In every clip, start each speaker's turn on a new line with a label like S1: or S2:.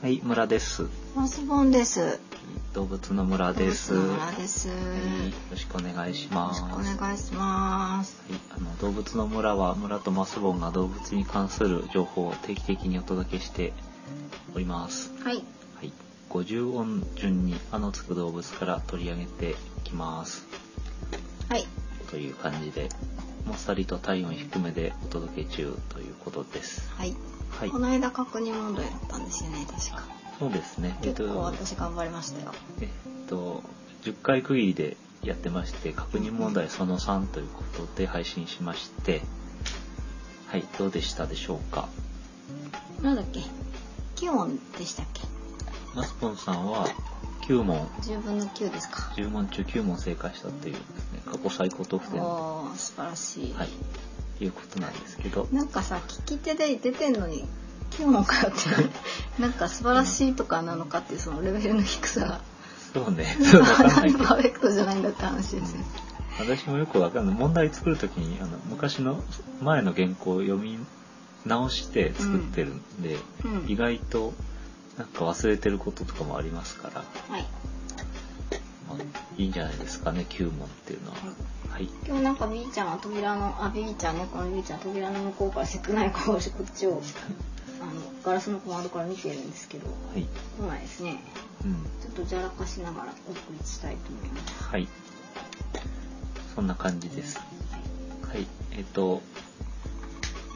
S1: はい、村です。
S2: マスボンです。
S1: 動物の村です。
S2: 野
S1: は
S2: 村です。よ
S1: い、よろしくお願いし
S2: ろ
S1: ま
S2: し
S1: す。
S2: くお
S1: はい、
S2: 願いします。
S1: あの動物の村は村とマスボンが動物に関する情報を定期的にお届けしております。
S2: はい。
S1: はい、50音順に「あ」のつく動物から取り上げていきます。
S2: はい。
S1: という感じで、もっさりと体温低めでお届け中ということです。
S2: はい。
S1: はい
S2: こ、の間確認問題だったんですよね、確
S1: あ
S2: か。
S1: そうですね。えっ
S2: 結構
S1: と
S2: 私頑張りましたよ。
S1: えっと、10回区切りでやってまして、確認問題その3ということで配信しまして、はい、どうでしたでしょうか。
S2: なんだっけ気温でしたっけ
S1: マスポンさんは9問、
S2: 10分の9ですか。
S1: 10問中9問正解したというですね、過去最高得点、は
S2: おー、素晴らしい。
S1: い、いうことなんですけど、
S2: なんかさ、聞き手で出てんのに、気温か よって、なんか素晴らしいとかなのかっていうそのレベルの低さが、
S1: そうね、
S2: パ
S1: わ かんないけど。
S2: ーフェクトじゃないんだって話ですよね。
S1: 私もよくわかんない問題作るときにあの昔の前の原稿を読み直して作ってるんで、
S2: うんうん
S1: 意外となんか忘れてることとかもありますから、
S2: はい。
S1: まあ、いいんじゃないですかね9問っていうのは。はい、
S2: 今日なんか B ちゃんは扉のあ B ちゃんねこの B ちゃん扉の向こうから切ない顔をしてこっちをあのガラスの小窓から見てるんですけど
S1: はい
S2: 来ないですね
S1: うん
S2: ちょっとじゃらかしながらお送りしたいと思います
S1: はい、そんな感じです。はい、えっ、と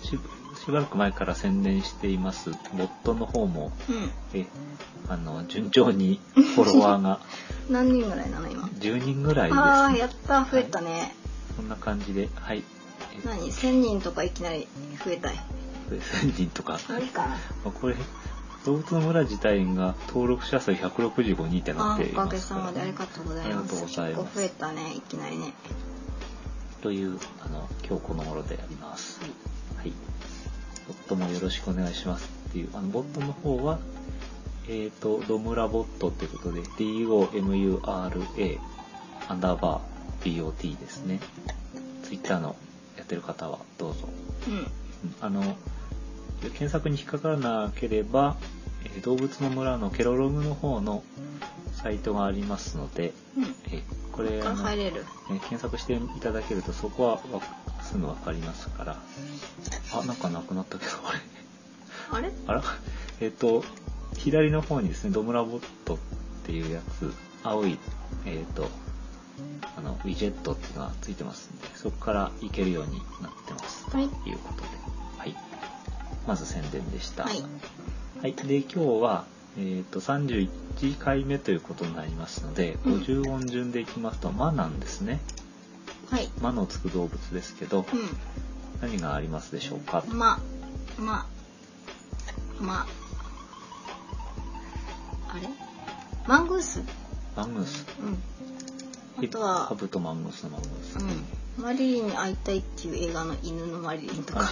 S1: ししばらく前から宣伝していますボットの方も
S2: う
S1: えあの順調 にフォロワーが。
S2: ん何人ぐらいなの今
S1: 10人ぐらい
S2: ああ
S1: です、
S2: やった増えたね、
S1: そんな感じで、はい。え っ
S2: 何千人とかいきなり増えたい
S1: と、1000人とか。
S2: 無理かな
S1: まあこれ、動物の村自体が登録者数165人ってな
S2: あ
S1: っ
S2: あ
S1: て
S2: ー
S1: い
S2: おか
S1: ま
S2: げ
S1: す
S2: さ
S1: か
S2: まであ
S1: ら、
S2: りがとうござい
S1: あり
S2: ま
S1: がと
S2: す
S1: うございます
S2: 結構増えたねいきなりね
S1: という、あの、今日この頃であります。
S2: は
S1: はい。ボットもよろしくお願いしますっていう、あの、ボットの方は、えっ、と、ドムラボットってことで、DOMURA アンダーバー BOT ですね。ツイッターのやってる方はどうぞ
S2: いうん
S1: あの検索に引っかからなければ、えー動物の村のケロログの方のサイトがありますので、
S2: うん
S1: えーこれ
S2: これ
S1: あの
S2: 入れる
S1: えー検索していただけるとそこはわすぐわかりますからあなんかなくなったけどこれ
S2: あれ
S1: あらえっ、と左の方にですねドムラボットっていうやつ青いえっ、とあのウィジェットっていうのがついてますんでそこから行けるようになってます
S2: はい
S1: ということで、はい、まず宣伝でした。
S2: はい
S1: はいで今日は、えー、と31回目ということになりますので、
S2: うん
S1: 50音順でいきますと「ま」なんですね
S2: はい
S1: 「ま」のつく動物ですけど
S2: うん
S1: 何がありますでしょうか、
S2: ま、ま、ま、あれマングース
S1: マングース
S2: うん。あと
S1: カ
S2: は、
S1: ブとマングースのマングース、
S2: うん。マリリンに会いたいっていう映画の犬のマリリンと
S1: あ
S2: か。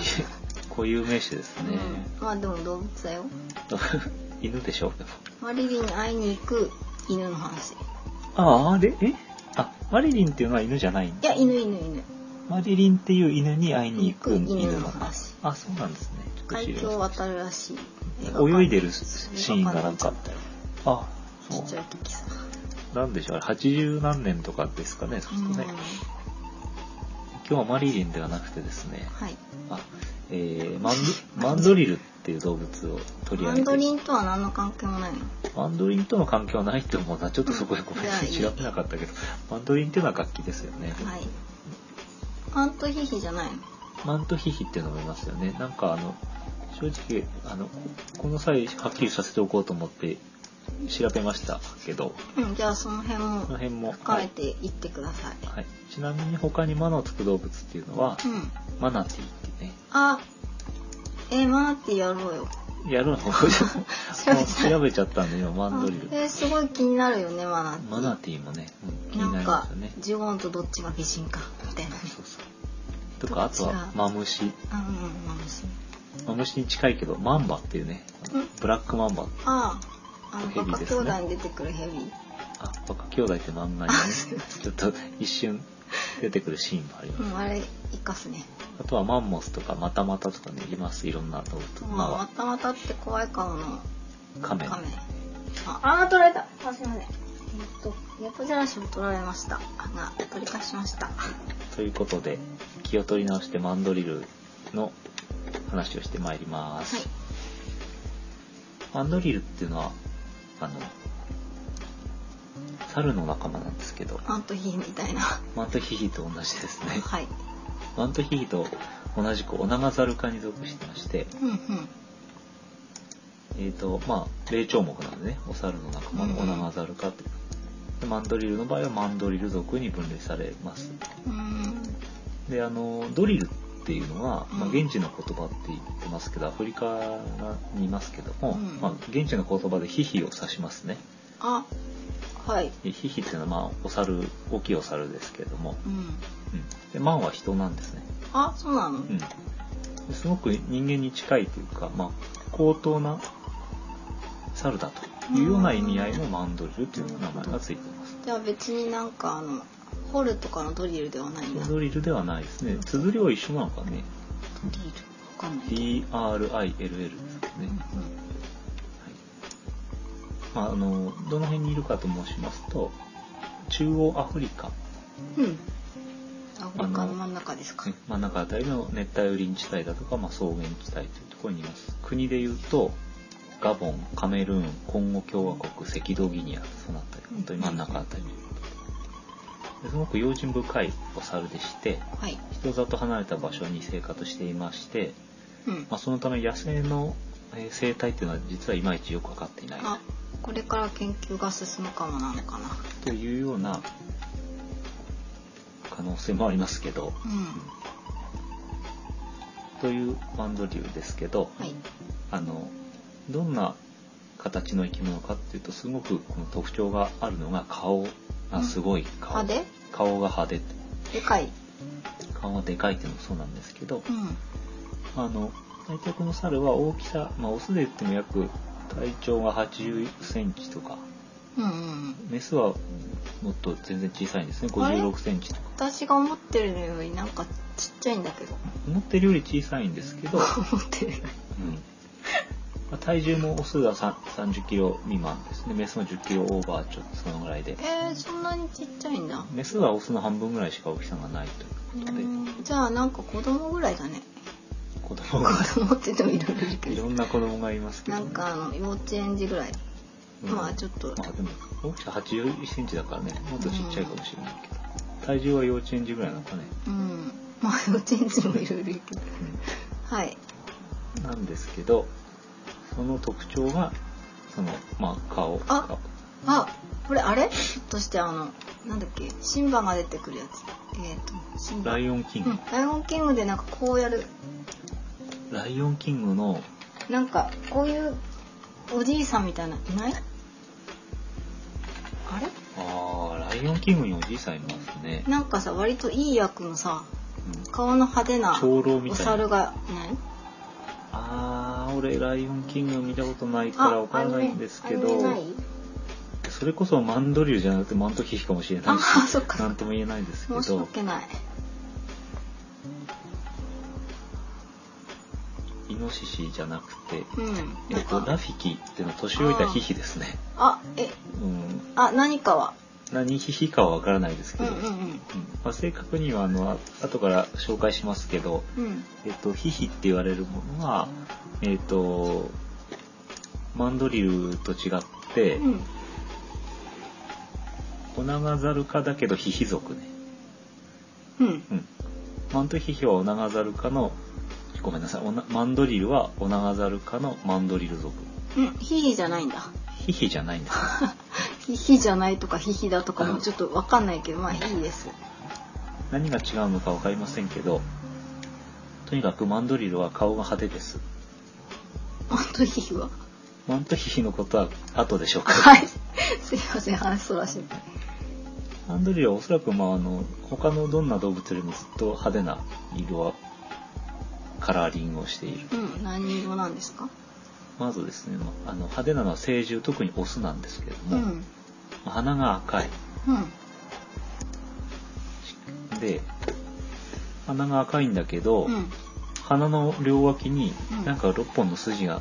S1: こういう名詞ですね、
S2: うん。まあでも動物だよ。
S1: 犬でしょでも
S2: マリリンに会いに行く犬の話。い
S1: ああれえあマリリンっていうのは犬じゃないんだ
S2: や、犬犬犬。
S1: マリリンっていう犬に会いに行く犬
S2: 犬
S1: の
S2: の
S1: 話
S2: 話
S1: あそうなんですねちょっと知
S2: 海
S1: りません
S2: 峡を渡るらしい映画館。
S1: 泳いでるシーンがなんかあ
S2: ち
S1: そ
S2: っちゃい時さ。
S1: うなんでしょうあれ80何年とかですかねそううする
S2: ん。
S1: とね
S2: は
S1: 今日はマリリンではなくてですね
S2: い。
S1: あえー、マンドマンドリルっていう動物を取り
S2: マ
S1: 上げ
S2: ンド
S1: て
S2: リンとは何の関係もないの
S1: マンドリンとの関係はないと思うなちょっとそこでごめんなさい
S2: じゃ
S1: 調
S2: あいい
S1: べなかったけどマンドリンっていうのは楽器ですよね、
S2: はい。パンとヒヒじゃないの。
S1: マントヒヒっていうのもいますよねなんかあの正直あのここの際はっきりさせておこうと思って調べましたけど
S2: うん、じゃあその辺
S1: この
S2: も
S1: 辺も
S2: 深
S1: は
S2: め
S1: い
S2: ていってください。
S1: はい、ちなみに他に「マ」のつく動物っていうのは、
S2: うん。
S1: マナティーってね
S2: あ、えー、マーティやろうよ。
S1: やるのもう 調べちゃったんで今マンドリ
S2: あえ
S1: ル
S2: ー、すごい気になるよね、マナ
S1: マナ
S2: ーテ
S1: ティーもね、うん、気
S2: ィ。な
S1: になんりま
S2: か
S1: すよね、
S2: 呪音とどっちが美人か、みたいなね。
S1: そうそうとかあとはマムシ
S2: あうんうん、マムシ。
S1: マムシに近いけどマンバっていうね
S2: うん
S1: ブラックマンバ
S2: ああ、あの、
S1: ヘビ
S2: バ
S1: で
S2: カ兄
S1: すね
S2: 弟に出てくるヘビ。
S1: あバカ兄弟って漫画 にね
S2: あすいま
S1: ちょっと一瞬出てくるシーンもあります、
S2: うん、あれ、生かすね。
S1: あとはマンモスとかマタマタとかねいますいろんな動物
S2: うん
S1: まあ
S2: またまたって怖い顔の
S1: 亀。
S2: カメああー取られたあすいませんえっと猫じゃらしも取られましたが取り返しました
S1: ということで、気を取り直してマンドリルの話をしてまいります。
S2: はい
S1: マンドリルっていうのは、あの、猿の仲間なんですけど、
S2: アントヒーみたいなは
S1: マントヒヒと同じですね。
S2: い
S1: マントヒヒと同じくオナガザル科に属してまして、
S2: うんうん
S1: えっ、と、まあ、霊長目なんでね、お猿の仲間のオナガザル科って。でマンドリルの場合はマンドリル属に分類されます。
S2: うーん
S1: で、あの、ドリルっていうのは、まあ、
S2: うん
S1: 現地の言葉って言ってますけど、アフリカにいますけども、
S2: うん
S1: まあ、現地の言葉でヒヒを指しますね。
S2: あはい
S1: でヒヒっていうのは、まあ、お猿、大きいお猿ですけども、
S2: うん
S1: うん。で、マンは人なんですね。
S2: あそうなの、
S1: うん。ですごく人間に近いというか、まあ、高等な猿だというような意味合いのマンドリルという名前がついています。
S2: じゃあ別になんかあの掘るとかのドリルではないん
S1: マ
S2: だ
S1: ン
S2: ド
S1: ドリルではないですね。綴りは一緒なのかね。
S2: リルわかんないけど
S1: DRILL ですかね。
S2: うん
S1: まあ、あのどの辺にいるかと申しますと中央アフリカ
S2: うん。アフリカの真ん中ですか。
S1: 真ん中あたりの熱帯雨林地帯だとか、まあ、草原地帯というところにいます国でいうとガボンカメルーンコンゴ共和国赤道ギニアそのあたり本当に真ん中あたりですごく用心深いお猿でして
S2: はい。
S1: 人里離れた場所に生活していまして、
S2: うん。
S1: まあ、そのため野生のえー生態っていうのは実はいまいちよく分かっていない
S2: あ、これから研究が進むかもなのかな。
S1: というような可能性もありますけど、
S2: うん。
S1: というマンドリルですけど
S2: はい。
S1: あのどんな形の生き物かっていうとすごくこの特徴があるのが顔がすごい顔、
S2: 派手？
S1: 顔が派手って
S2: でかい。
S1: 顔がでかいっていうのもそうなんですけど
S2: うん。
S1: あの大体この猿は大きさ、まあ、オスで言っても約体長が8 0ンチとか
S2: うんうんうん。
S1: メスはもっと全然小さいんですね
S2: あれ
S1: 5 6センチとか
S2: 私が思ってるのよりなんかちっちゃいんだけど。
S1: 思ってるより小さいんですけど、
S2: 思ってる。
S1: うんまあ体重もオスが3 30キロ未満ですねメスの10キロオーバーちょっとそのぐらいで
S2: えー、そんなにちっちゃいんだ。
S1: メスはオスの半分ぐらいしか大きさがないと
S2: う
S1: いうことで
S2: んじゃあなんか子供ぐらいだね。
S1: 子供が
S2: 子供って言ってもいろいろいるけ
S1: い
S2: ど。
S1: ろんな子供がいますけど
S2: な
S1: ね、
S2: んかあの幼稚園児ぐらい。
S1: うん
S2: まあちょっと。
S1: まあでも大きさ81センチだからねもっとちっちゃいかもしれないけど体重は幼稚園児ぐらいなのかね、
S2: うん。まあ幼稚園児もいろいろいるけど。 はい。
S1: うん、なんですけどその特徴がそのまあ顔
S2: あ
S1: 顔
S2: あ、これあれひょっとしてあの、なんだっけ、シンバが出てくるやつ。えっ、と、シンバ。
S1: ラ
S2: うん、
S1: イオンキング、
S2: ライオンキングでなんかこうやる。
S1: ライオンキングの
S2: なんか、こういうおじいさんみたいな、いないあれ
S1: ああライオンキングにおじいさんいますね、
S2: なんかさ、割といい役のさ、
S1: うん
S2: 顔の派手な
S1: 長老み
S2: お
S1: たいな
S2: 猿が、いない
S1: あー俺ライオンキング見たことないから
S2: あ、
S1: わからないんですけど
S2: アニメない
S1: それこそマンドリルじゃなくてマントヒヒかもしれな
S2: あ
S1: いし
S2: ー、そっかそ
S1: な
S2: っ
S1: んとも言えないですけ
S2: か。申し
S1: ど
S2: 訳ない。
S1: イノシシじゃなくて、
S2: うん。
S1: え
S2: な
S1: っ
S2: ん
S1: と、ラ
S2: か、
S1: フィキっていうのは年老いたヒヒですね、
S2: あ、え、
S1: うん、
S2: あ、何かは。
S1: 何ヒヒかはわからないですけ
S2: うん
S1: ど、う
S2: うん
S1: ん
S2: うん。
S1: まあ、正確にはあのあ後から紹介しますけど、
S2: うん。
S1: えっと、ヒヒって言われるものは、えっと、マンドリルと違って、
S2: うん。
S1: オナガザル科だけどヒヒ族ね。
S2: うん。
S1: うん。マントヒヒはオナガザル科の、ごめんなさい、オナマンドリルはオナガザル科のマンドリル族。
S2: うん。ヒーじゃないんだ。
S1: ヒヒじゃないんです。
S2: ヒヒじゃないとかヒヒだとかもちょっとわかんないけど、まあいいです。
S1: 何が違うのかわかりませんけど、とにかくマンドリルは顔が派手です。
S2: マントヒヒは。
S1: マントヒヒのことは後で紹介します。
S2: はい。すいません、話そらしい。
S1: マンドリルはおそらく、まあ、あの、他のどんな動物よりもずっと派手な色は、カラーリングをしている。
S2: うん、何色なんですか
S1: まずですね、まああの、派手なのは成獣、特にオスなんですけど
S2: う
S1: も、
S2: ん。
S1: 鼻が赤い。
S2: うん。
S1: で、鼻が赤いんだけど、
S2: うん。
S1: 鼻の両脇に
S2: うん
S1: なんか6本の筋が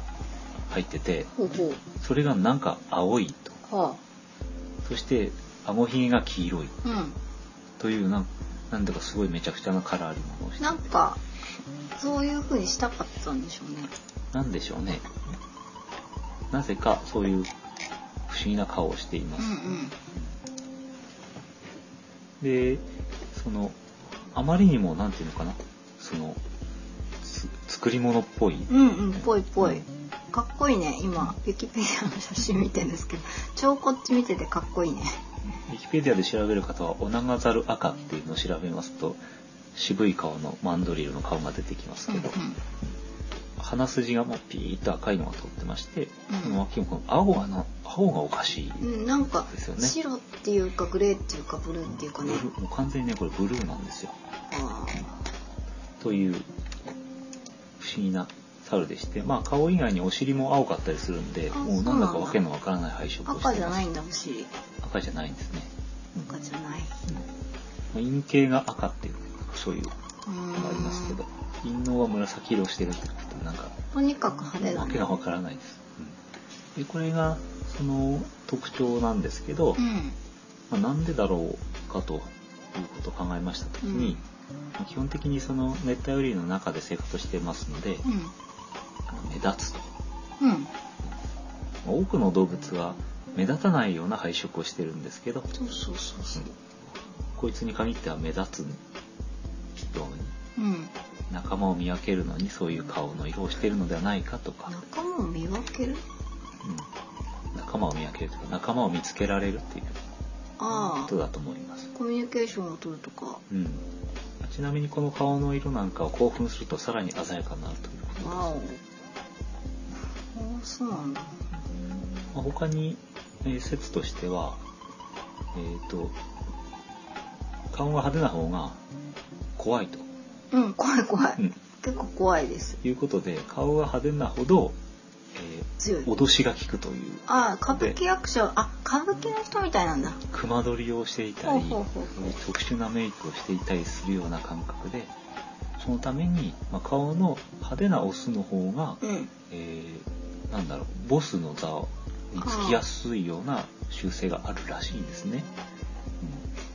S1: 入ってて
S2: ほうほ
S1: それがなんか青いと
S2: うは
S1: そして顎ひげが黄色い
S2: あう
S1: というなんなんだかすごいめちゃくちゃなカラーリングをし
S2: ん
S1: て
S2: なんかそういう風にしたかったんでしょうね
S1: なんでしょうねなぜかそういう不思議な顔をしていま
S2: う
S1: す、
S2: ん
S1: でそのあまりにもなんていうのかなそのつ作り物っぽい、
S2: うんうんうんぽいぽいかっこいいね今ウィキペディアの写真見てるんですけど超こっち見ててかっこいいね
S1: ウィキペディアで調べる方は「オナガザル赤」っていうのを調べますと渋い顔のマンドリルの顔が出てきます
S2: うん
S1: け
S2: うん
S1: ど、鼻筋がもうピーッと赤いのが通ってまして、
S2: うん
S1: その脇もこの青がな青がおかしい、
S2: うん、なんか
S1: ですよね
S2: 白っていうかグレーっていうかブルーっていうか
S1: ブ
S2: ね
S1: ルーもう完全にねこれブルーなんですよ
S2: あ
S1: という不思議な猿でしてまあ顔以外にお尻も青かったりするんで
S2: あ
S1: もうなんだかわけのわからない配色
S2: ー
S1: をしてます
S2: 赤じゃないんだお尻
S1: 赤じゃないんですね、
S2: 赤じゃない
S1: うん陰茎が赤っていうそういうの
S2: う
S1: がありますけ
S2: ー
S1: ど
S2: ん
S1: 陰嚢は紫色をしてるってことでなんか
S2: とにかく派手だ
S1: わけ
S2: ね
S1: がわからないです、うんでこれがその特徴なんですけど、
S2: うん
S1: まあ、なんでだろうかということを考えました時に、まあ基本的にその熱帯雨林の中で生活してますので、あの目立つと、
S2: うんうん
S1: まあ多くの動物は目立たないような配色をしてるんですけど
S2: そうそうそうそう
S1: こいつに限っては目立つように
S2: うん
S1: 仲間を見分けるのにそういう顔の色をしてるのではないかとか、
S2: 仲間を見分ける
S1: うん、仲間を見分けるというか仲間を見つけられるっていうこ
S2: あ
S1: と
S2: あ
S1: だと思います、
S2: コミュニケーションを取るとか
S1: うん、ちなみにこの顔の色なんかを興奮するとさらに鮮やかになるということです、
S2: わおおそうなんだ
S1: まあ他に、えー説としてはえっ、と顔が派手な方が怖いと
S2: うん怖い怖い、
S1: うん
S2: 結構怖いです
S1: いうことで顔が派手なほど、
S2: 強
S1: え
S2: い
S1: ー脅しが効くという
S2: ああ歌舞伎役者あ歌舞伎の人みたいなんだ
S1: 熊取りをしていたり
S2: ほうほうほうほう
S1: 特殊なメイクをしていたりするような感覚でそのために、まあ、顔の派手なオスの方が、
S2: うん
S1: えーなんだろうボスの座につきやすいような習性があるらしいんですね。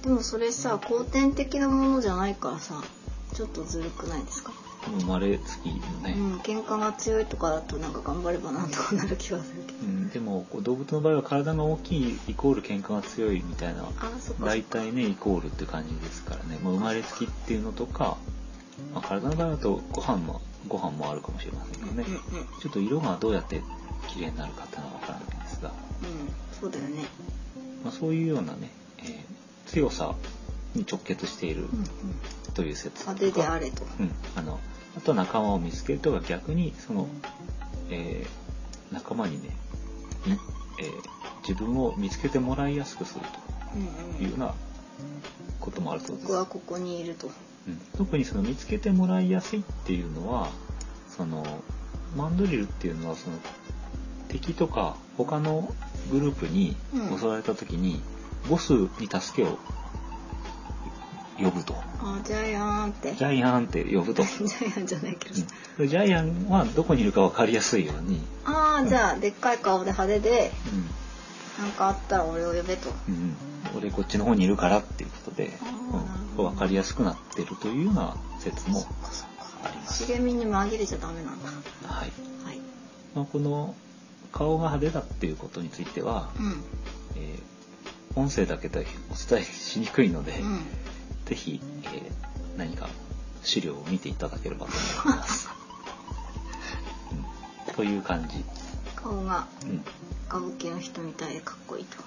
S2: でもそれさ後天的なものじゃないからさちょっとずるくないですか、
S1: うん生まれつきのね、
S2: うん喧嘩が強いとかだとなんか頑張ればなんとかなる気がするけど
S1: うんでもこう動物の場合は体が大きいイコール喧嘩が強いみたいな
S2: あそっかそっ
S1: 大
S2: か
S1: 体ねイコールって感じですからね、まあ、生まれつきっていうのとか、まあ、体の場合だとご飯もご飯もあるかもしれませんけどね、
S2: うんうんうん
S1: ちょっと色がどうやって綺麗になるかっていうのは分からないんですが、
S2: そうだよね
S1: まあ、そういうようなね、えー強さに直結している
S2: うんうん
S1: という説とか、
S2: 派手であれと
S1: うん、あのあと仲間を見つけるとか逆にその、えー仲間にね、みえー自分を見つけてもらいやすくする
S2: うん
S1: というよう
S2: うん
S1: なこともあるそうです
S2: 僕。はここにいると
S1: うん特にその見つけてもらいやすいっていうのはそのマンドリルっていうのはその敵とか他のグループに
S2: うん
S1: 襲われた時に、ボスに助けを呼ぶと
S2: あジャイアンって
S1: ジ
S2: ジャ
S1: ャイアンって呼ぶと、
S2: イアンじゃないけどさ、
S1: うんジャイアンはどこにいるか分かりやすいように、
S2: ああじゃあでっかい顔で派手で
S1: うん
S2: なんかあったら俺を呼べと
S1: うんうん、俺こっちの方にいるからっていうことで
S2: あーなる、
S1: う
S2: ほ
S1: ん、
S2: ど
S1: 分かりやすくなってるというような説も
S2: そっかそっか
S1: あります。
S2: 茂みに紛れちゃダメなんだ
S1: はい
S2: はい
S1: まあ、この顔が派手だっていうことについては、
S2: うん
S1: えー音声だけではお伝えしにくいので、
S2: うん
S1: ぜひ、えー何か資料を見ていただければと思います。うん、という感じ。
S2: 顔が
S1: うん
S2: 歌舞伎の人みたいでかっこいいと。
S1: は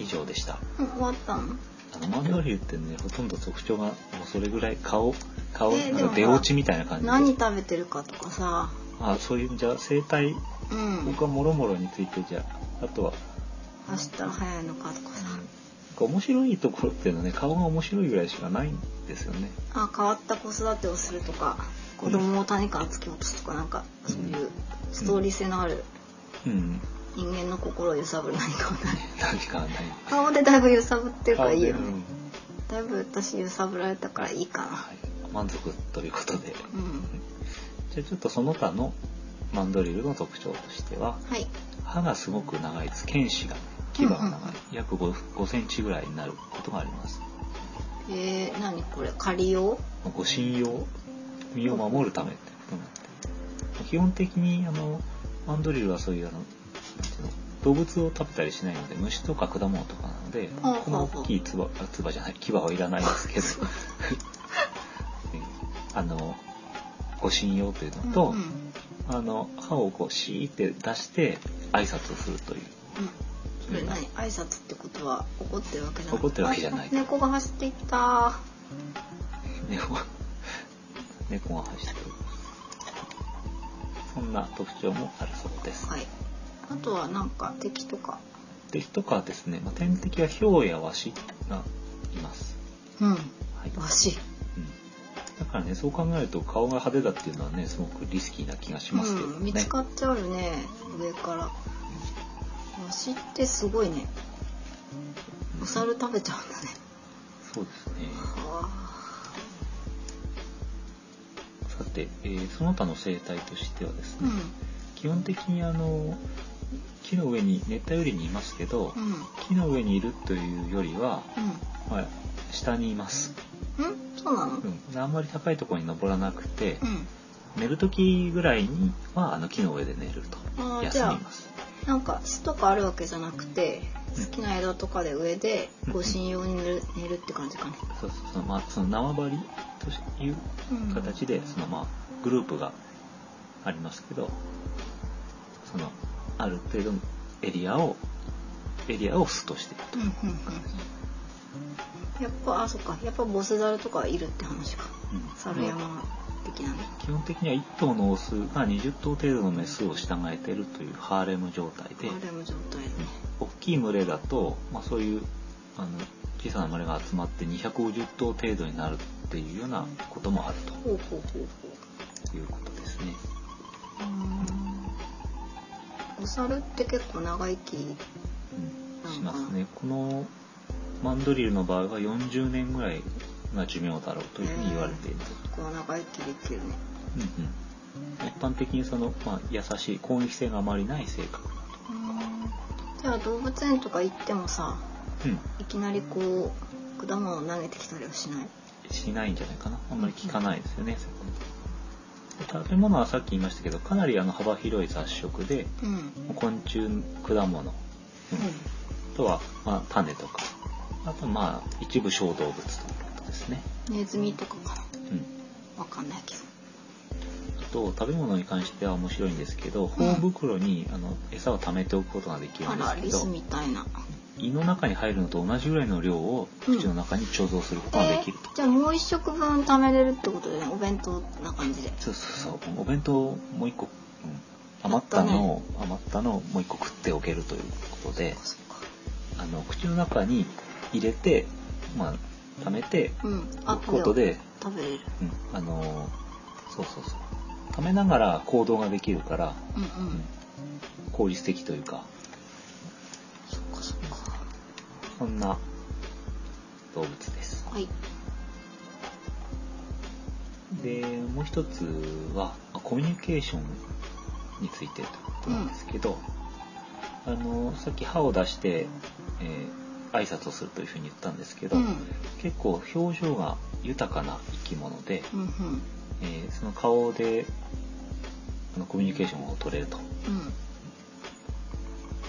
S1: い、以上でした。
S2: うん終わったの？
S1: あのマンドリルってねほとんど特徴がもうそれぐらい顔顔、
S2: えー
S1: なん
S2: でも
S1: か
S2: さ
S1: 出落ちみたいな感じで
S2: 何食べてるかとかさ、
S1: あそういうんじゃあ生態
S2: うん、
S1: 僕はもろもろについてじゃああとは
S2: 走ったら早いのかとかさ、
S1: 面白いところっていうのはね顔が面白いぐらいしかないんですよね
S2: あ変わった子育てをするとか、子供を谷から突き落とすとかなんか
S1: うん
S2: そういうストーリー性のある
S1: うん
S2: 人間の心を揺さぶる何かをない。
S1: 何かない
S2: 顔でだいぶ揺さぶってるからいいよ
S1: う
S2: ね
S1: ん。
S2: だいぶ私揺さぶられたからいいかな
S1: はい、満足ということで。
S2: うん。
S1: じゃあちょっとその他の、マンドリルの特徴としては、
S2: はい。
S1: 歯がすごく長いです。剣歯が、牙が長い。
S2: うんうんうん
S1: 約 5, 5センチぐらいになることがあります。
S2: えー、何これ仮用
S1: 護身用、身を守るためってことになってる基本的に、あの、マンドリルはそういう、あの、なんていうの動物を食べたりしないので、虫とか果物とかなので、
S2: うんうんうん
S1: この大きいつば、あつばじゃない、牙はいらないですけど、 ねあの、護身用というのと、
S2: うんうん
S1: あの、歯をこう、シーって出して、挨拶をするという。
S2: うんそれ何挨拶ってことは怒ってるわけじゃない
S1: 怒ってるわけじゃない
S2: あ猫が走っていった
S1: 猫が、猫が走ってる。そんな特徴もあるそうです。
S2: はいあとはなんか敵とか
S1: で、人かですね、まあ、天敵はヒョウやワシがいます。
S2: うん
S1: はい。
S2: わし
S1: うんだからね、そう考えると顔が派手だっていうのはね、すごくリスキーな気がしますけどね。
S2: うん、見つかっちゃうよね上からわしってすごいねお猿食べちゃうんだね
S1: そうですね。
S2: あ
S1: さて、えーその他の生態としてはです
S2: ーう
S1: ね、
S2: ん
S1: 基本的にあの、木の上に、熱帯雨林にいますけど、
S2: うん
S1: 木の上にいるというよりは、
S2: う
S1: まあ、下にいます、
S2: んんそうなのうん
S1: うん、あんまり高いところに登らなくて、寝る時ぐらいにはあの木の上で寝ると
S2: あー
S1: 休みます
S2: なんか巣とかあるわけじゃなくて
S1: うん
S2: 好きな枝とかで上で
S1: うん
S2: 護身用に寝る寝るって感じかね
S1: そうそうそう、まあ、その縄張りという
S2: うん
S1: 形で、そのまあグループがありますけどそのある程度のエリアをエリアを巣としている
S2: うんうんうんやっぱあそっかやっぱボスザルとかいるって話か
S1: うん
S2: 猿山的なね
S1: 基本的には1頭のオスが20頭程度のメスを従えているというハーレム状態で、
S2: あれも状態だね
S1: 大きい群れだと、まあ、そういうあの小さな群れが集まって250頭程度になるっていうようなこともある
S2: ほうほうほうほう
S1: ということですね。
S2: うーんお猿って結構長生き
S1: うん、しますね。このマンドリルの場合は40年ぐらいが寿命だろうというふうに言われています。
S2: こう長生きできるね
S1: うんうん一般的にその、まあ、優しい攻撃性があまりない性格だ
S2: じゃあ動物園とか行ってもさ
S1: と、うん、
S2: いきなりこう果物を投げてきたりはしない
S1: しないんじゃないかなあんまり効かないですよね、そういうこと食べ物はさっき言いましたけどかなりあの幅広い雑食で
S2: うん
S1: 昆虫果物、うんあとは、まあ、種とかあとまあ一部小動物ということですね、
S2: うんネズミとかかな
S1: うん、
S2: わかんないけど
S1: あと食べ物に関しては面白いんですけど頬袋にあの餌を貯めておくことができる
S2: あ
S1: んで
S2: ら
S1: す
S2: リ
S1: け
S2: ス
S1: ど
S2: みたいな
S1: 胃の中に入るのと同じぐらいの量を口の中に貯蔵することができると、
S2: じゃあもう一食分貯めれるってことでねお弁当な感じで
S1: そうそうそうお弁当をもう一個、うん余ったのを余ったのをもう一個食っておけるということで
S2: そっか
S1: あの口の中に入れてまあ貯めて
S2: うん
S1: お
S2: あ
S1: くことで、
S2: 食べれる
S1: うん、あのそうそうそう貯めながら行動ができるから、
S2: うん
S1: う
S2: うん
S1: ん、効率的というか
S2: そっかそっか
S1: そんな動物です。
S2: はい
S1: で、もう一つは、あコミュニケーションについてということなんですけど、あの、さっき歯を出して、えー挨拶をするというふうに言ったんですけど、
S2: うん
S1: 結構表情が豊かな生き物で、
S2: うんうん
S1: えーその顔で、あの、コミュニケーションを取れると。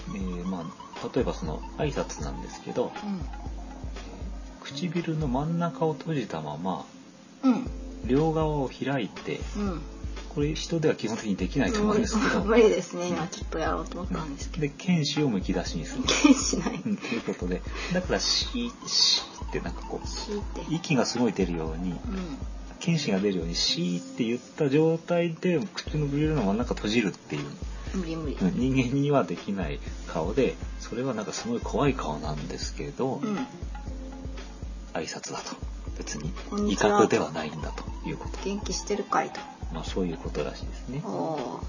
S2: うん
S1: えーまあ、例えばその挨拶なんですけど、唇の真ん中を閉じたまま、
S2: うんうん
S1: 両側を開いて、
S2: うん
S1: これ人では基本的にできないと思うんですけど、
S2: 無理ですね今ちょっとやろうと思ったんですけど
S1: で、剣士をむき出しにする。
S2: 気にしない
S1: うんということで、だから、シー、シーってなんかこう、
S2: 敷いて
S1: 息がすごい出るように、
S2: うん
S1: 剣士が出るように、シーって言った状態で、口のビルの真ん中閉じるっていう、
S2: 無理無理
S1: うん人間にはできない顔で、それはなんかすごい怖い顔なんですけど
S2: う、ん
S1: 挨拶だと。別に
S2: こん、に
S1: 威
S2: ちは
S1: 嚇ではないんだということ。
S2: 元気してるかいと
S1: まあ、そういうことらしいですね。
S2: お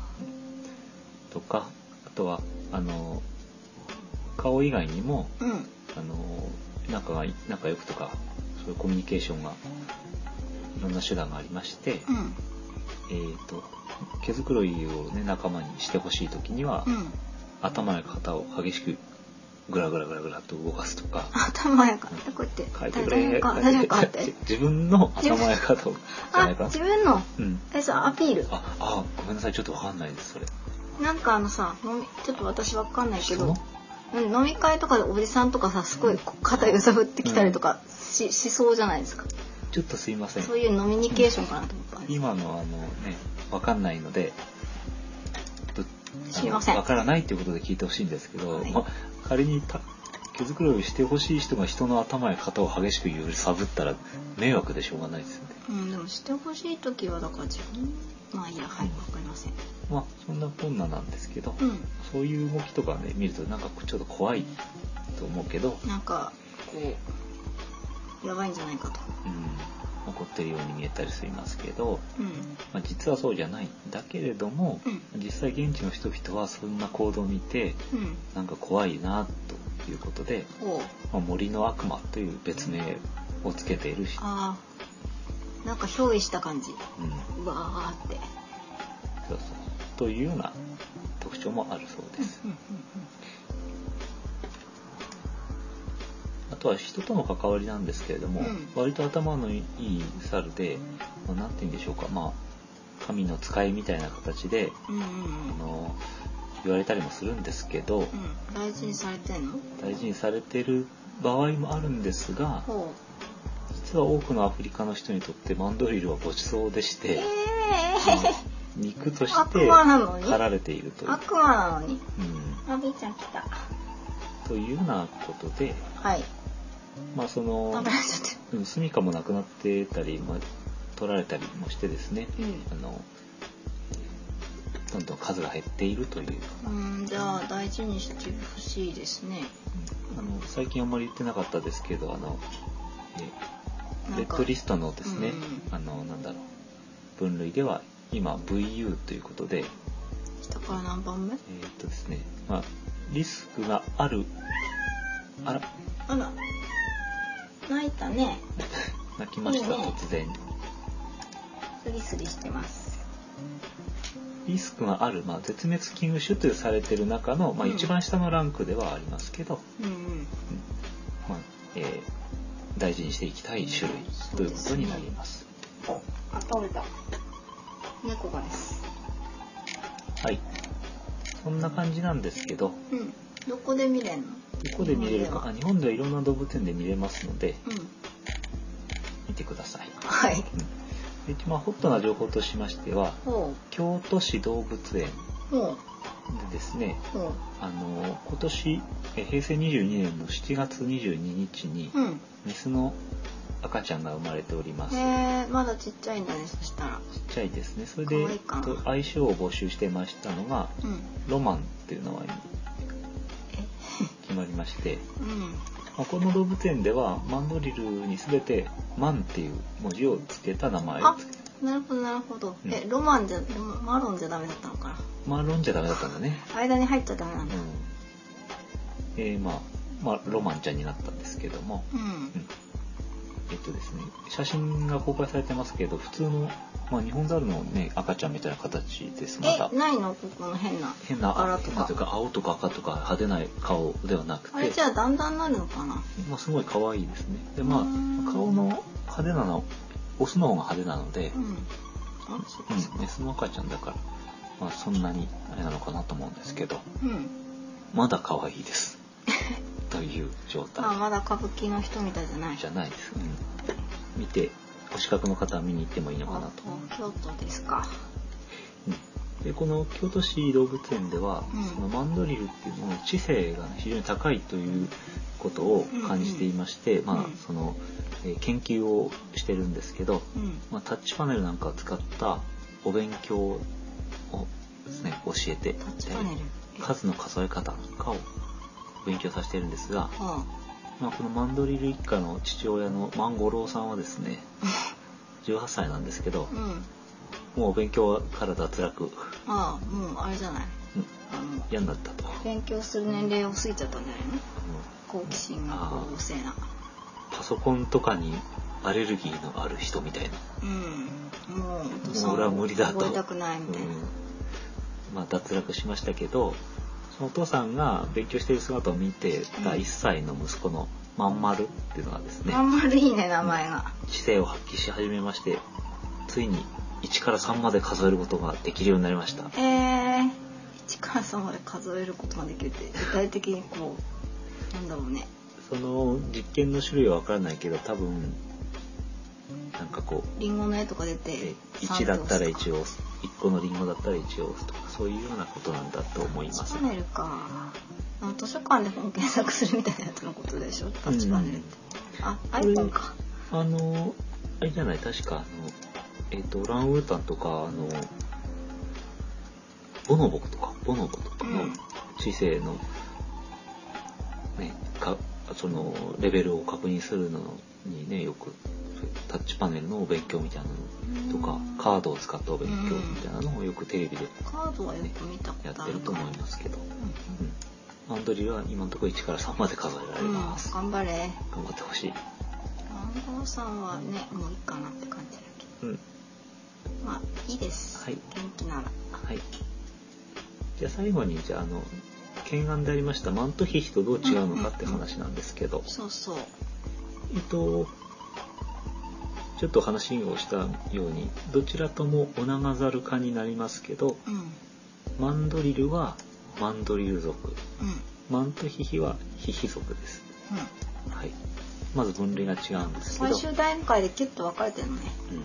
S1: とか、あとは、あの、顔以外にも、
S2: ーうん
S1: あの仲がい仲良くとかそういうコミュニケーションがいろんな手段がありまして、
S2: うん
S1: えっ、と毛づくろいをね仲間にしてほしい時には、
S2: うん、
S1: 頭や肩を激しくグラグラグラグラと動かすとか
S2: 頭やからこうやって
S1: 書い
S2: 大
S1: てく
S2: 丈
S1: れ
S2: 夫か
S1: 書
S2: 大
S1: いて
S2: 丈
S1: く
S2: 夫か
S1: れ
S2: って
S1: 自分の頭や肩をじゃ
S2: あ
S1: ないかな
S2: 自分の
S1: うん
S2: えそうアピール
S1: ああごめんなさいちょっとわかんないですそれ
S2: なんかあのさ飲みちょっと私わかんないけ
S1: 人
S2: ど
S1: の
S2: うん飲み会とかでおじさんとかさすごいこう肩揺さぶってきたりとかし,、しそうじゃないですか
S1: ちょっとすいません
S2: そういうノミニケーションかなと思ったんです
S1: 今のあのねわかんないのでどあの
S2: すいません
S1: わからないっていうことで聞いてほしいんですけど、
S2: はい
S1: まあ、仮にた毛づくろいをしてほしい人が人の頭や肩を激しく揺さぶったら迷惑でしょうがないですよね
S2: うんでもしてほしい時はだから自分まあいいやはいわかりません
S1: まあそんなこんななんですけど、
S2: う
S1: そういう動きとかね見るとなんかちょっと怖いと思うけど、
S2: んなんかこうやばいんじゃないかと
S1: うん、怒ってるように見えたりしますけど、
S2: うん
S1: まあ、実はそうじゃないんだけれども、
S2: うん
S1: 実際現地の人々はそんな行動を見て
S2: うん
S1: なんか怖いなということで、
S2: おう
S1: まあ、森の悪魔という別名をつけているし、
S2: あーなんか憑依した感じ
S1: うん、
S2: うわーって
S1: そうそうというような特徴もあるそうです。
S2: うんうん
S1: あとは人との関わりなんですけれども、
S2: うん
S1: 割と頭のいい猿で、まあなんて言うんでしょうか、まあ、神の使いみたいな形で、
S2: うんうんうん
S1: あの言われたりもするんですけど、
S2: うんうん大事にされてんの
S1: 大事にされてる場合もあるんですが、
S2: ほ
S1: 実は多くのアフリカの人にとってマンドリルはご馳走でし
S2: うえ
S1: て、あの
S2: ー
S1: 肉とし
S2: 悪
S1: て
S2: 魔なのに
S1: 狩られているという。
S2: 悪魔なのに
S1: うん
S2: あビーちゃん来た
S1: というようなことで、
S2: はい
S1: まあ、そ
S2: 食
S1: の
S2: べられちゃって
S1: うん住処もなくなってたり、まあ、取られたりもしてですね
S2: る
S1: あのどんどん数が減っているという、うん
S2: うんうんじゃあ大事にしてほしいですね
S1: あの最近あんまり言ってなかったですけどあのえ
S2: な
S1: レ
S2: ん
S1: ッ
S2: か
S1: ドリストのですね、
S2: うん
S1: あのなんだろう分類では今 VU ということで
S2: 下から何番目
S1: えーっとですねまあリスクがあるあら
S2: あら泣いたね
S1: 泣きました
S2: いいね
S1: 突然
S2: スリスリしてます
S1: リスクがある、まあ、絶滅危惧種とされてる中の、まあ、
S2: うん
S1: 一番下のランクではありますけど、
S2: うんうん
S1: まあえー大事にしていきたい種類ということになります。
S2: あ倒れた猫がです
S1: はい。そんな感じなんですけど、
S2: うんどこで見れんの
S1: どこで見れるか、あ
S2: 日
S1: 日本ではいろんな動物園で見れますので、
S2: 本では
S1: 見てください。
S2: うんはい
S1: で一番ホットな情報としましては、
S2: ほ
S1: 京都市動物園
S2: うほ
S1: でですね、
S2: うほ
S1: あの、今年、え平成22年の7月22日に、
S2: ううん
S1: メスの赤ちゃんが生まれております。
S2: へえまだちっちゃいんだねそしたら
S1: ちっちゃいですね。それ
S2: 可愛
S1: で
S2: いかな
S1: と相性を募集してましたのが、
S2: うん
S1: ロマンっていう名 前に
S2: え
S1: 決まりまして、
S2: うん
S1: まあ、この動物園ではマンドリルに全て「マン」っていう文字をつけた名前を
S2: あ
S1: つけ、
S2: なるほどなるほど。
S1: うん
S2: え、ロマンじゃ、ロママロンじゃダメだったのかな。
S1: まあロンじゃダメだったんだね、
S2: 間に入っちゃダメな
S1: うんん
S2: だ。
S1: えーまあ、まあロマンちゃんになったんですけども、
S2: うん
S1: う。んえっとですね写真が公開されてますけど普通の、まあ、日本猿のね赤ちゃんみたいな形ですまだ
S2: え、ないのここの変な。
S1: 変な
S2: 柄とか
S1: 変なというか青とか赤とか派手な顔ではなくて
S2: あれじゃあだんだんなるのかな。
S1: まあ、すごい可愛いですねで
S2: う
S1: ま
S2: ん
S1: あ顔の派手なのオスの方が派手なので
S2: う、ん。あ、そっかそっ
S1: うん、メ
S2: か。
S1: スの赤ちゃんだから、まあ、そんなにあれなのかなと思うんですけど
S2: うん。
S1: まだ可愛いです という状
S2: あ、
S1: 態
S2: まだ歌舞伎の人みたいじゃない。
S1: じゃないです、うん、見てお近くの方は見に行ってもいいのかな
S2: あ
S1: と、
S2: お京都ですか。
S1: うん、でこの京都市動物園では、
S2: うん
S1: そのマンドリルっていうのの知性がね、非常に高いということを感じていまして、
S2: ん
S1: ま
S2: うん
S1: あその、えー研究をしてるんですけど、
S2: うん。
S1: まあ、タッチパネルなんかを使ったお勉強をですね教えて
S2: タッチパネル。
S1: 数の数え方なんかを勉強させてるんですが、
S2: は
S1: まあ、このマンドリル一家の父親のマンゴロウさんはですね18歳なんですけど
S2: あ。うん。
S1: もうお勉強から脱落、
S2: ああ、もうあれじゃない。
S1: うん、
S2: あの。
S1: 嫌になったと、うん
S2: 勉強する年齢を過ぎちゃったんじゃないの。好奇心がこう旺盛な。
S1: パソコンとかにアレルギーのある人みたいな
S2: うん。もうお父さん
S1: もう俺は無理だと
S2: 覚えたくないみたいな、
S1: うんまあ、脱落しましたけどそのお父さんが勉強している姿を見てた1歳の息子のまんまるっていうのがですね
S2: あんまりいいね名前が、
S1: 知性を発揮し始めましてついに1から3まで数えることができるようになりました
S2: えー、1から3まで数えることができるって具体的にこうなんだろうね
S1: その実験の種類は分からないけど多分なんかこう
S2: リンゴの絵とか出て
S1: え
S2: 三
S1: 1だったら
S2: とか
S1: 1を押す1個のリンゴだったら1を押すとかそういうようなことなんだと思います
S2: チャンネルかあの図書館で本検索するみたいなやつのことでしょタッチパネルって、あ
S1: これ
S2: iPhone か
S1: あのあれじゃない確かあのえっ、とオランウータンとかあのボノボとかボノボとかの
S2: うん
S1: 姿勢の、ねかそのレベルを確認するのにねよくタッチパネルのお勉強みたいなのとか
S2: うん
S1: カードを使ったお勉強みたいなのをよくテレビで
S2: カードはよく見たこ
S1: や
S2: と
S1: っ
S2: あ
S1: て
S2: る
S1: ると
S2: か
S1: 思いますけど、うん、アンドリルは今のところ1から3まで数えられ
S2: うん、うん、
S1: ます、
S2: 頑張れ
S1: 頑張ってほしい、
S2: 安藤さんはねもういいかなって感じだけ
S1: うん
S2: どまあいいです、
S1: はい
S2: 元気なら
S1: はい。じゃあ最後に、じゃあ、あの、懸案でありましたマントヒヒとどう違うのかって話なんですけど、
S2: そうそう
S1: えっと、ちょっと話をしたように、どちらともオナガザル科になりますけど、
S2: うん
S1: マンドリルはマンドリル属、
S2: うんうん
S1: マントヒヒはヒヒ属です。はい。まず分類が違うんですけ
S2: 最
S1: ど、
S2: 終段階でキュッと分かれてるのね
S1: うん、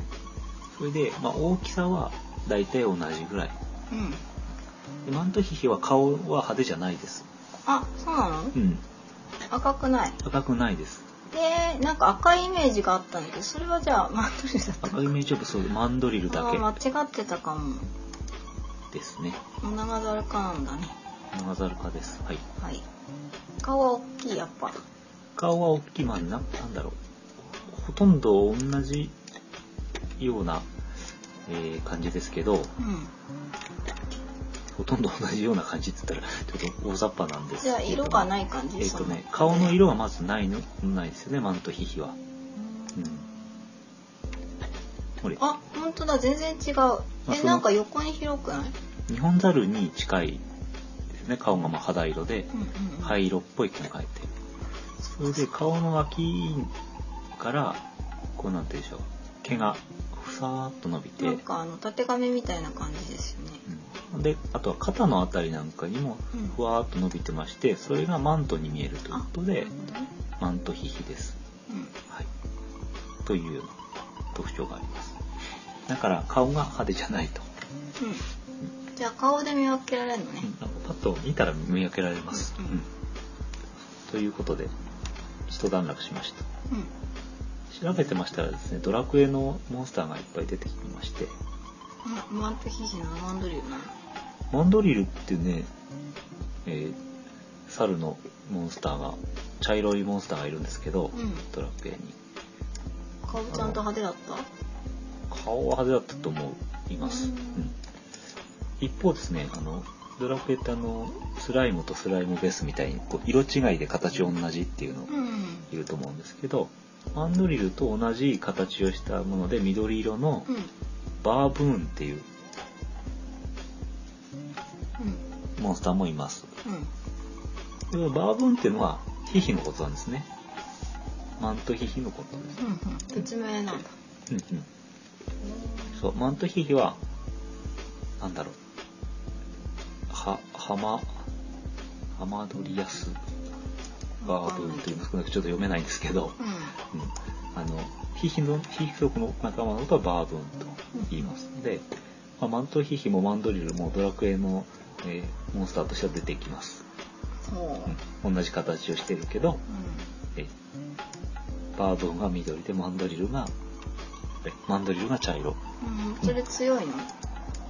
S1: それで、まあ、大きさは大体同じぐらい。
S2: うん
S1: でマントヒヒは顔は派手じゃないです。
S2: あそうなの
S1: うん。
S2: 赤くない
S1: 赤くないです。
S2: でなんか赤いイメージがあったんだけどそれはじゃあマンドリルだった
S1: 赤いメージオブそうマンドリルだ
S2: あー
S1: け
S2: 間違ってたかも
S1: ですね。
S2: オナガザルカなんだね
S1: ナガザルカです。はい。
S2: はい顔は大きいやっぱ
S1: 顔は大きいまあななんだろう。ほとんど同じような、えー感じですけど、
S2: うん
S1: ほとんど同じような感じって言ったらちょっと大雑把なんですけ
S2: じ
S1: ど。
S2: ゃあ色がない感じ
S1: えっ
S2: そ
S1: と
S2: の
S1: ね、顔の色はまずないの、ないですよね、マントヒヒは。うん。これ、
S2: あ本当だ全然違う
S1: あ
S2: え
S1: その
S2: なんか横に広くない
S1: 日本ザルに近いですね。顔がまあ肌色で、
S2: うんうんうん
S1: 灰色っぽい毛が生えてる。それで顔の脇から、こうなんて言うんでしょう、毛がふさーっと伸びて、
S2: なんかあの縦髪みたいな感じですよね
S1: うんで、あとは肩のあたりなんかにも
S2: うん
S1: ふわーっと伸びてまして、それがマントに見えるという
S2: あ
S1: ことで
S2: なる、ほどね
S1: マントヒヒです。
S2: うん
S1: はい。というような特徴があります。だから顔が派手じゃないと。
S2: うんじゃあ顔で見分けられるのね
S1: うんなんかパッと見たら見分けられます。
S2: うん
S1: うんということで、一段落しました。
S2: うん
S1: 調べてましたらですねドラクエのモンスターがいっぱい出てきまして
S2: あマントヒヒのマンドリルなの
S1: マンドリルっていうね、えー猿のモンスターが茶色いモンスターがいるんですけど、
S2: うん
S1: ドラクエに
S2: 顔ちゃんと派手だった
S1: 顔は派手だったと思います、う
S2: う
S1: んん一方ですねあのドラクエってあのスライムとスライムベースみたいにこう色違いで形同じっていうのを
S2: うん
S1: 言うと思うんですけど、マンドリルと同じ形をしたもので緑色の
S2: うん
S1: バーブーンっていう
S2: うん
S1: モンスターもいます
S2: うん
S1: でもバーブンっていうのはヒヒのことなんですね。マントヒヒのことです。
S2: うんうん別名なんだ
S1: うんうん。そう、マントヒヒは、なんだろう。は、ハマ、ハマドリアスバーブンと言いますか、ちょっと読めないんですけど、
S2: うん
S1: うん。あの、ヒヒの、ヒヒ族の仲間のことはバーブンと言いますので、まあ、マントヒヒもマンドリルもドラクエの、えーモンスターとしては出てきます。
S2: そう
S1: うん同じ形をしてるけど、
S2: う
S1: えバーブンが緑でマンドリルがえマンドリルが茶色
S2: んうんそれ強いの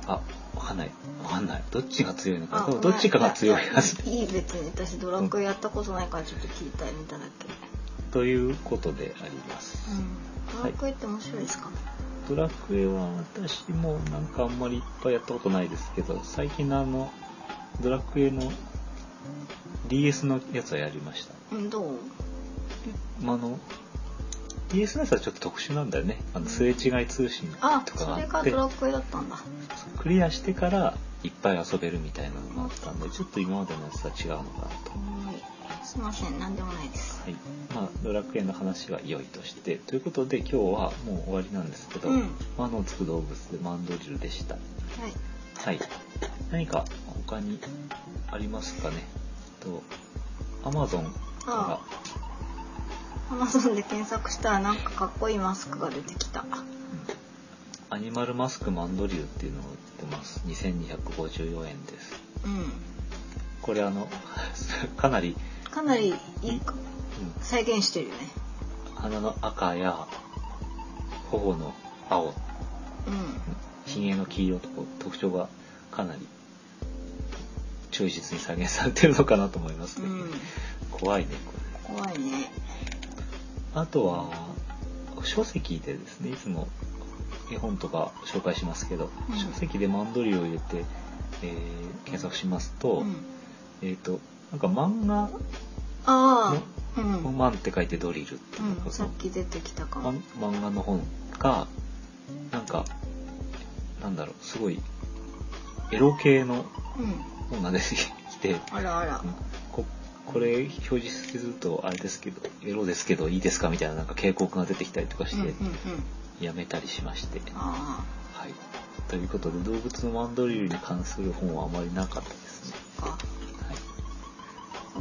S1: あわかんないわかんないどっちが強いの
S2: あ
S1: か多分どっちかが強いはず
S2: いやいい別に私ドラクエやったことないからちょっと聞いたい見ただけ、
S1: ということであります、
S2: うん、ドラクエって面白いですか、
S1: ドラクエは私もなんかあんまりいっぱいやったことないですけど最近のあのドラクエの DS のやつはやりました
S2: うんどう
S1: まああの DSNS はちょっと特殊なんだよねあのすれ違い通信と
S2: あ
S1: か
S2: それ
S1: があ
S2: か
S1: って
S2: ドラクエだったんだ
S1: クリアしてからいっぱい遊べるみたいなのがあったんでちょっと今までのやつとは違うのかなと
S2: はいすいません何でもないです
S1: はいまあ、ドラクエの話は良いとしてということで今日はもう終わりなんですけど「
S2: うん
S1: 魔のつく動物」でマンドリルでした
S2: はい
S1: はい何か他にありますかねとアマゾンか
S2: あアマゾンで検索したらなんかかっこいいマスクが出てきた
S1: ら、うんアニマルマスクマンドリルっていうのを売ってます2254円です
S2: うん
S1: これあの かなり、
S2: かなりい
S1: い
S2: い
S1: うん、
S2: 再現してるよね
S1: 鼻の赤や頬の青
S2: うん
S1: ひげの黄色とこう特徴がかなり忠実に再現されてるのかなと思いますけど、
S2: うん
S1: 怖いねこれ
S2: 怖いね
S1: あとは書籍でですねいつも絵本とか紹介しますけど、
S2: うん
S1: 書籍でマンドリルを入れて、えー検索しますと、
S2: うん
S1: えっ、となんか漫画
S2: ああうん、
S1: の「マン」って書いて「ドリル」っていう
S2: う
S1: こ
S2: ん、
S1: と、
S2: さっき出てきたか
S1: ま
S2: も
S1: 漫画の本かなんかなんだろうすごいエロ系の
S2: うん
S1: 本が出てきて
S2: あらあら
S1: ここれ表示するとあれですけどエロですけどいいですかみたいななんか警告が出てきたりとか
S2: う
S1: し
S2: んうんう
S1: て
S2: ん
S1: やめたりしまして、
S2: あ
S1: はいということで動物のマンドリルに関する本はあまりなかったですね、
S2: あそ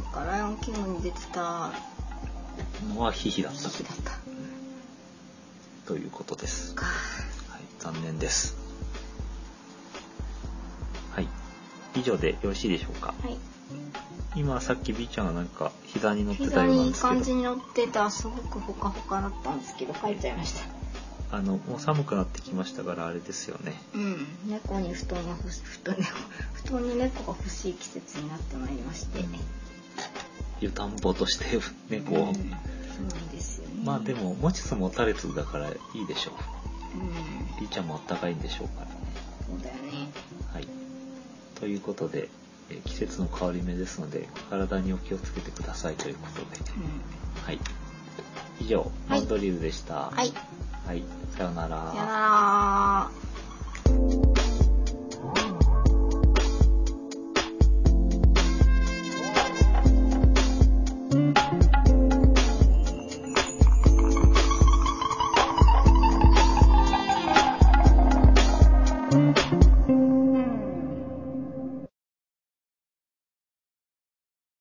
S1: は
S2: っかそっかライオンキングに出てた
S1: い、のはヒヒだった
S2: 日だった
S1: ということです
S2: か
S1: はい、残念です。はい。以上でよろしいでしょうか。
S2: はい
S1: 今さっき B ちゃんがなんか膝に乗ってた
S2: 膝
S1: ようなん
S2: にいい
S1: ですけ
S2: 感じ
S1: ど、
S2: に乗ってたすごくほかほかだったんですけど書いちゃいました
S1: あのもう寒くなってきましたからあれですよね。
S2: うん猫に布団が欲し布団猫布団に猫が欲しい季節になってまいりまして、
S1: うん湯たんぽとして猫
S2: う
S1: を
S2: ん、そうなんですよね
S1: まあでも持ちつ持たれつだからいいでしょう。
S2: うん
S1: B ちゃんもあったかいんでしょうからね。
S2: そうだよね
S1: はい。ということで、えー季節の変わり目ですので体にお気をつけてくださいということで。
S2: うん
S1: はい。以上、マンドリルでした。
S2: はいさ
S1: はい。さようなら。
S2: よなら